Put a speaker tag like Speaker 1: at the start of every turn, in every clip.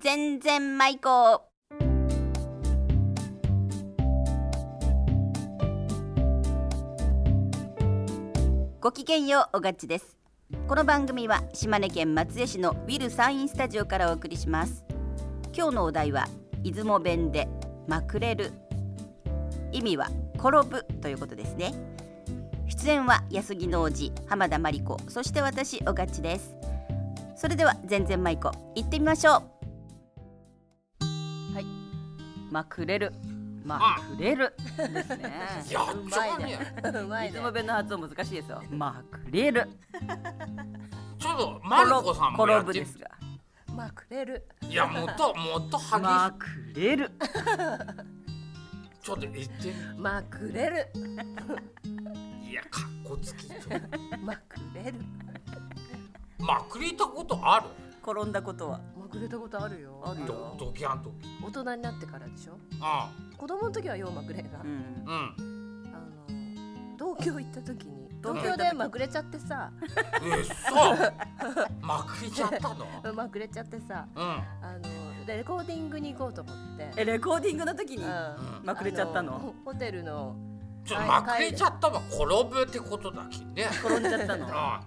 Speaker 1: 全然舞子ごきげんようおがっちですこの番組は島根県松江市のウィルサインスタジオからお送りします今日のお題は出雲弁でまくれる意味は転ぶということですね出演は安木の王子浜田真理子そして私おがっちですそれでは全然舞子行ってみましょうはいまくれるまくれるですね
Speaker 2: やっ
Speaker 3: う
Speaker 2: ち
Speaker 3: ま
Speaker 2: ょ
Speaker 3: い
Speaker 2: ん
Speaker 3: ね
Speaker 2: ね。
Speaker 3: うまい
Speaker 1: 出
Speaker 3: ね。
Speaker 1: 雲弁の発音難しいですよまくれる
Speaker 2: ちょっとマルコさんもや
Speaker 1: 転
Speaker 2: っ
Speaker 1: ぶ
Speaker 2: て
Speaker 1: ですが
Speaker 3: まくれる。
Speaker 2: いやもっともっと激しい、
Speaker 1: まくれる
Speaker 2: ちょっと言って
Speaker 3: まくれる。
Speaker 2: みいやかっこつきちょっ
Speaker 3: まくれる。
Speaker 2: とまくれたことある
Speaker 1: 転んだことは
Speaker 3: まくれたことあるよ。
Speaker 1: あるよ
Speaker 2: ドドキャンと
Speaker 3: 大人になってからでしょ。
Speaker 2: あ
Speaker 3: 子供の時はようまくれが
Speaker 1: う。ん
Speaker 2: あうん
Speaker 3: あの東京行った時に
Speaker 1: 東
Speaker 3: 東
Speaker 1: 京行った
Speaker 3: 京
Speaker 1: 時
Speaker 3: でまくれちゃってさ、
Speaker 2: うっそまくれちゃったの
Speaker 3: まくれちゃってさ、
Speaker 2: うんうん
Speaker 3: あのでレコーディングに行こうと思って。
Speaker 1: えレコーディングの時に
Speaker 3: うん
Speaker 1: まくれちゃったの
Speaker 3: あホテルの
Speaker 2: ちょっとまくれちゃったは転ぶってことだきね
Speaker 1: 転んじゃったの
Speaker 2: ああ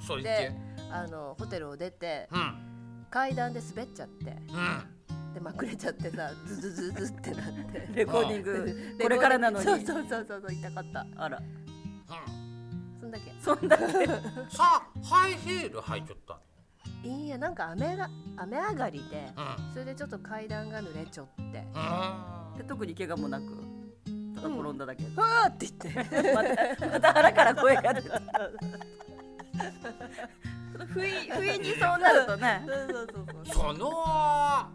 Speaker 2: そう言って
Speaker 3: であのホテルを出て
Speaker 2: うん
Speaker 3: 階段で滑っちゃって
Speaker 2: うん
Speaker 3: でまくれちゃってさズズズズってなって
Speaker 1: レコーディングこれからなの
Speaker 3: そう
Speaker 1: に
Speaker 3: そうそうそうそう痛かった
Speaker 1: あら
Speaker 3: そんだけ
Speaker 1: そんだけ
Speaker 2: うんさあハイヒール履いちゃっ
Speaker 3: いいやなんか雨が雨上がりで
Speaker 2: たうん
Speaker 3: それでちょっと階段が濡れちゃって
Speaker 2: うん
Speaker 1: 特に怪我もなくただ転んだだけ、
Speaker 3: 「はあ!」って 言って
Speaker 1: またまた腹から声が出た不意不意にそうなるとね
Speaker 3: そうそうそうそ
Speaker 2: そ
Speaker 3: う
Speaker 2: のあ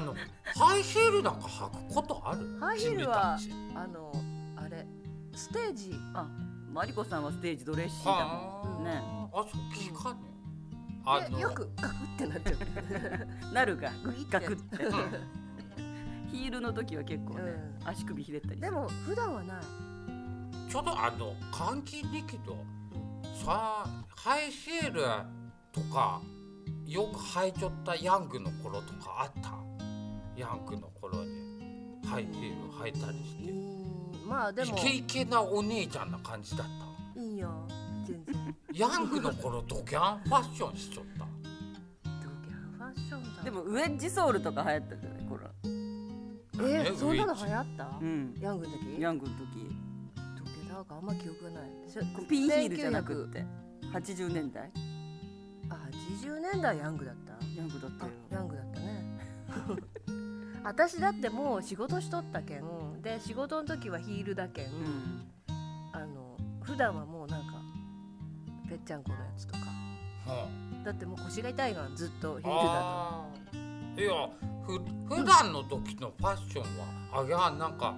Speaker 2: のハイヒールなんか履くことある
Speaker 3: ハイヒールは
Speaker 2: 君たち
Speaker 3: あのあれステージ
Speaker 1: あマリコさんはステージドレッシーだもん
Speaker 2: は
Speaker 3: ー
Speaker 2: あ、
Speaker 1: ね
Speaker 2: あそう聞かねあ
Speaker 3: で
Speaker 2: の
Speaker 3: よくガクってなっちゃう
Speaker 1: なるが
Speaker 3: グイって
Speaker 1: ガクって
Speaker 2: うん
Speaker 1: ヒールの時は結構ね、
Speaker 3: う
Speaker 1: 足首ひねったり
Speaker 3: でも普段はない
Speaker 2: ちょっとあの換気できどさあハイヒールとかよく履いちょったヤングの頃とかあったヤングの頃にハイヒール履いたり
Speaker 3: う
Speaker 2: し
Speaker 3: ーんまあで
Speaker 2: てイ
Speaker 3: も
Speaker 2: ケイケなお姉ちゃんな感じだった
Speaker 3: いいよ全然
Speaker 2: ヤングの頃ドキャンファッションしちょった
Speaker 3: ドギャンファッションだ
Speaker 1: でもウエッジソールとか流行ったじゃないこれ、
Speaker 2: ね
Speaker 3: えそんなの
Speaker 2: ウエッ
Speaker 3: 流
Speaker 2: ジ
Speaker 3: 行った
Speaker 1: うん、
Speaker 3: ヤングの時
Speaker 1: ヤングの時
Speaker 3: ドギャンなんかあんま記憶がないし
Speaker 1: ピンヒールじゃなくって80年代
Speaker 3: 1900あ80年代ヤングだった
Speaker 1: ヤングだった
Speaker 3: あ
Speaker 1: よ
Speaker 3: ヤングだっ たね私だってもう仕事しとったけんで仕事の時はヒールだけ
Speaker 1: う
Speaker 3: ん、
Speaker 1: ん
Speaker 3: あの普段はもうなんかぺっちゃんこのやつとか
Speaker 2: うん
Speaker 3: だってもう腰が痛いがんずっとヒールだ
Speaker 2: あーいやふ普段の時のファッションはあげはなんか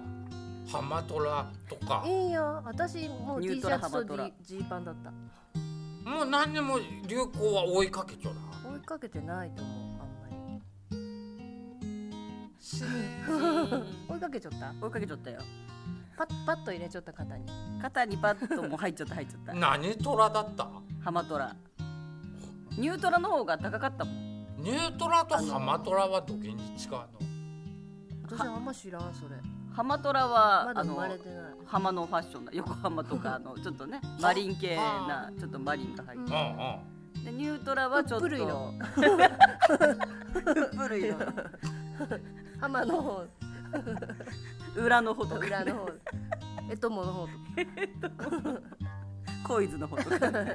Speaker 2: ハマトラとか
Speaker 3: といいよ私もう
Speaker 1: ニュー
Speaker 3: T シ
Speaker 1: トラ
Speaker 3: ャツと
Speaker 1: 幅トラ
Speaker 3: G- ジーパンだった
Speaker 2: もう何にも流行は追いかけちょら
Speaker 3: 追いかけてないと思うあんまり 追いかけちゃった
Speaker 1: 追いかけちゃったよ
Speaker 3: パッパッと入れちゃった肩に
Speaker 1: 肩にパッともう入っちゃった入っちゃった
Speaker 2: 何トラだった
Speaker 1: ハマトラニュートラの方が高かったもん
Speaker 2: ニュートラとハマトラはどげに違うの
Speaker 3: 私あんま知らんそれ
Speaker 1: ハマトラは、
Speaker 3: ま
Speaker 1: あ
Speaker 3: だ生
Speaker 1: の
Speaker 3: まれてない
Speaker 1: 浜のファッションだ横浜とかあ のちょっとねマリン系なちょっとマリンが入っ
Speaker 3: う
Speaker 2: うんんうん
Speaker 1: てでニュートラはちょっと
Speaker 3: ウップ類の
Speaker 1: ウップ 類の
Speaker 3: 浜の方
Speaker 1: 裏の方とか、
Speaker 3: 裏
Speaker 1: ね、
Speaker 3: の 方えともの方とか
Speaker 1: コイズの方とか、ね、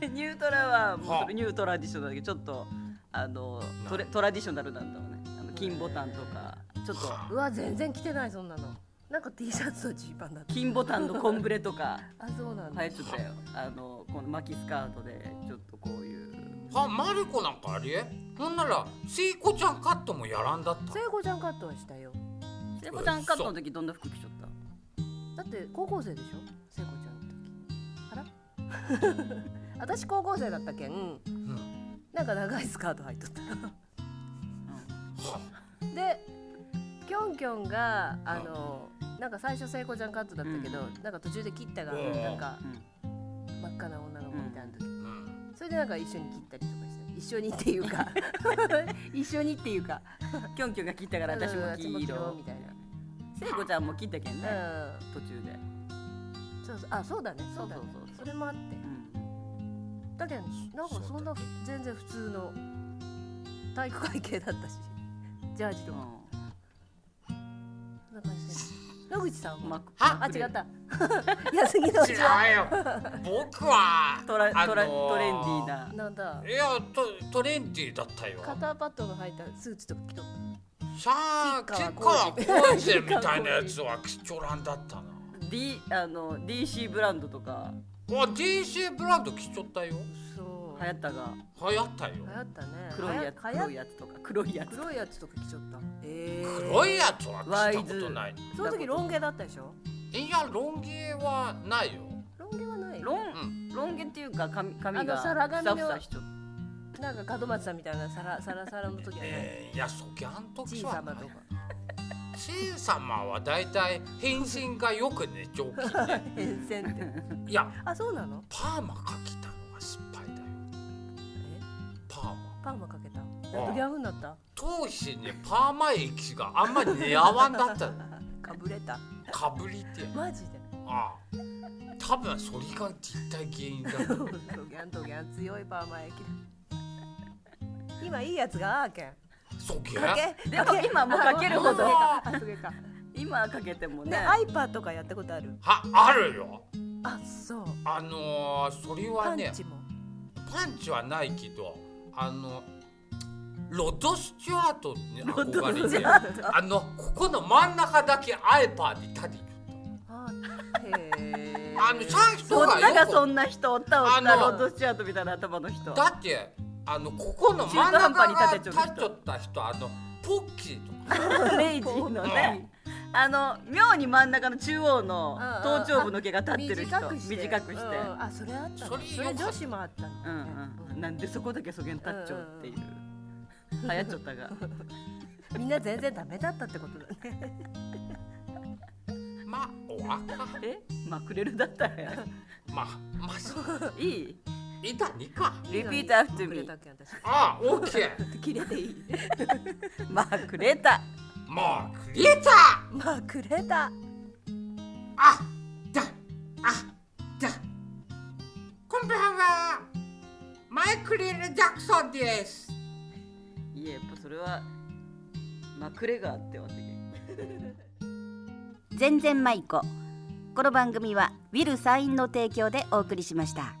Speaker 1: でニュートラはもうそれニュートラディショナルだけどちょっとあのトレトラディショナルなんだろうねあの金ボタンとかちょっと
Speaker 3: うわ全然着てないそんなのなんか T シャツとジーパンだった
Speaker 1: 金ボタンのコンブレとか。
Speaker 3: あそうなんだ、
Speaker 1: 流行ってたよあのこの巻きスカートでちょっとこういう
Speaker 2: はマリコなんかあれほんなら聖子ちゃんカットもやらんだった
Speaker 3: 聖子ちゃんカットはしたよ
Speaker 1: 聖子ちゃんカットの時どんな服着ちゃっ
Speaker 3: だって高校生でしょ聖子ちゃんの時あら 私高校生だったけん
Speaker 2: うん
Speaker 3: なんか長いスカート履いとった
Speaker 1: た、
Speaker 2: は
Speaker 3: でキョンキョンがあのなんか最初聖子ちゃんカットだったけど、なんか途中で切ったが、
Speaker 2: うん
Speaker 3: なんか
Speaker 1: うん
Speaker 3: 真っ赤な女の子みたいな
Speaker 2: う
Speaker 3: 時、
Speaker 2: ん
Speaker 3: それでなんか一緒に切ったりとかして
Speaker 4: 一緒にっていうか一緒にっていうかキョンキョンが切ったから私も黄
Speaker 3: 色
Speaker 4: 色
Speaker 3: みたいな
Speaker 4: 聖子ちゃんも切ったけんね、
Speaker 3: うん
Speaker 4: 途中で、
Speaker 3: そうそうあそうだねそうだね
Speaker 4: そうそうそう
Speaker 3: それもあって
Speaker 4: うん、
Speaker 3: だけどなんかそんな全然普通の体育会系だったしジャージとかそんな感じで野口さん
Speaker 4: ま
Speaker 3: は
Speaker 4: く
Speaker 2: は
Speaker 3: あ違った 安木のお
Speaker 2: 違
Speaker 3: じ
Speaker 2: う
Speaker 3: は
Speaker 2: よ僕は
Speaker 4: トラ
Speaker 2: あの
Speaker 4: トラトレンディーない
Speaker 3: なんだ
Speaker 2: いやトトレンディーだったよ
Speaker 3: 肩パッドの入ったスーツとか着とった
Speaker 2: さあ
Speaker 3: 吉
Speaker 2: 結
Speaker 3: 川
Speaker 2: 構
Speaker 3: 晃司
Speaker 2: コーみたいなやつは貴重なんだったな
Speaker 4: D あの DC ブランドとか
Speaker 2: あ DC ブランド貴重だよ
Speaker 3: そう
Speaker 4: 流行ったが
Speaker 2: 流行ったよ
Speaker 3: 流行ったね
Speaker 4: 黒いやつ
Speaker 3: はや
Speaker 4: 黒いやつとか黒いやつ
Speaker 3: 黒いやつとか着ちゃったえー
Speaker 2: 黒いやつは聞いたことない
Speaker 3: その時ロン毛だったでしょ
Speaker 2: いやロン毛はないよ
Speaker 3: ロン毛はない
Speaker 4: ロン、
Speaker 2: うん
Speaker 4: ロン毛っていうか髪髪
Speaker 3: あ
Speaker 4: が
Speaker 3: の
Speaker 4: ふ
Speaker 3: 皿
Speaker 4: さ
Speaker 3: 紙の
Speaker 4: ふさしとっ
Speaker 3: なんか門松さんみたいなサラサラサラの時はね
Speaker 2: えー、いやそぎゃんと
Speaker 3: じ
Speaker 2: き
Speaker 3: い
Speaker 2: は
Speaker 3: さま
Speaker 2: ない
Speaker 3: とか
Speaker 2: じいさまはだいたい変身がよくね上気ね
Speaker 3: 変遷って
Speaker 2: いや
Speaker 3: あそうなの
Speaker 2: パーマかけたのが失敗だよ
Speaker 3: え
Speaker 2: パーマ
Speaker 3: パーマかけたドリャフになった
Speaker 2: 頭皮にパーマ液があんまり似合わんだったの
Speaker 3: かぶれた
Speaker 2: かぶりて
Speaker 3: マジで
Speaker 2: ああ多分それが実体原因だと 思う
Speaker 3: ドギャンドギャン強いパーマ液だ今いいやつがあーけん
Speaker 2: そぎゃ
Speaker 3: か
Speaker 2: ん
Speaker 3: け
Speaker 4: でも
Speaker 3: かけ
Speaker 4: 今もうかけるほど
Speaker 3: あそうかあそうか
Speaker 4: 今かけてもね
Speaker 3: ねアイパーとかやったことある
Speaker 2: はあるよ
Speaker 3: あそう
Speaker 2: あのー、それ
Speaker 3: パ
Speaker 2: は
Speaker 3: ン
Speaker 2: ね
Speaker 3: チも
Speaker 2: パンチはないけどあのロド・スチュワートに憧れてあのここの真ん中だけアイパーに立てる
Speaker 3: あへえ
Speaker 2: あのさ人
Speaker 4: そん
Speaker 2: が
Speaker 4: な
Speaker 2: よ
Speaker 4: が
Speaker 2: く
Speaker 4: そんな人おったおった
Speaker 2: あの
Speaker 4: ロッド・スチュアートみたいな頭の人
Speaker 2: だってあのここの真ん中が立っちゃった人あのポッキーとか
Speaker 4: レイジーのねあの妙に真ん中の中央の頭頂部の毛が立ってる人
Speaker 3: 短くして
Speaker 4: 短くして
Speaker 3: うんうんあそれあった
Speaker 2: そ
Speaker 3: の
Speaker 2: れ
Speaker 3: それ
Speaker 2: よかった
Speaker 3: 女子もあったの
Speaker 4: う
Speaker 3: ね
Speaker 4: んうんなんでそこだけそげん立っちゃうっていう流行っちゃったが
Speaker 3: みんな全然ダメだったってことだね
Speaker 2: まあおわか
Speaker 4: えまくれるだった ら
Speaker 2: まあまあそう
Speaker 4: いい
Speaker 2: いたにか
Speaker 4: Repeat after
Speaker 3: くれ
Speaker 4: me
Speaker 3: たっけ私
Speaker 2: ああオッケー
Speaker 3: 切れていい
Speaker 4: まくれた
Speaker 2: もうクリエイター
Speaker 3: まあくれた
Speaker 2: あだあだこんばんはマイクリル・ジャクソンです
Speaker 4: いややっぱそれはまくれがあってわけ
Speaker 1: 全然舞子この番組はウィルサインの提供でお送りしました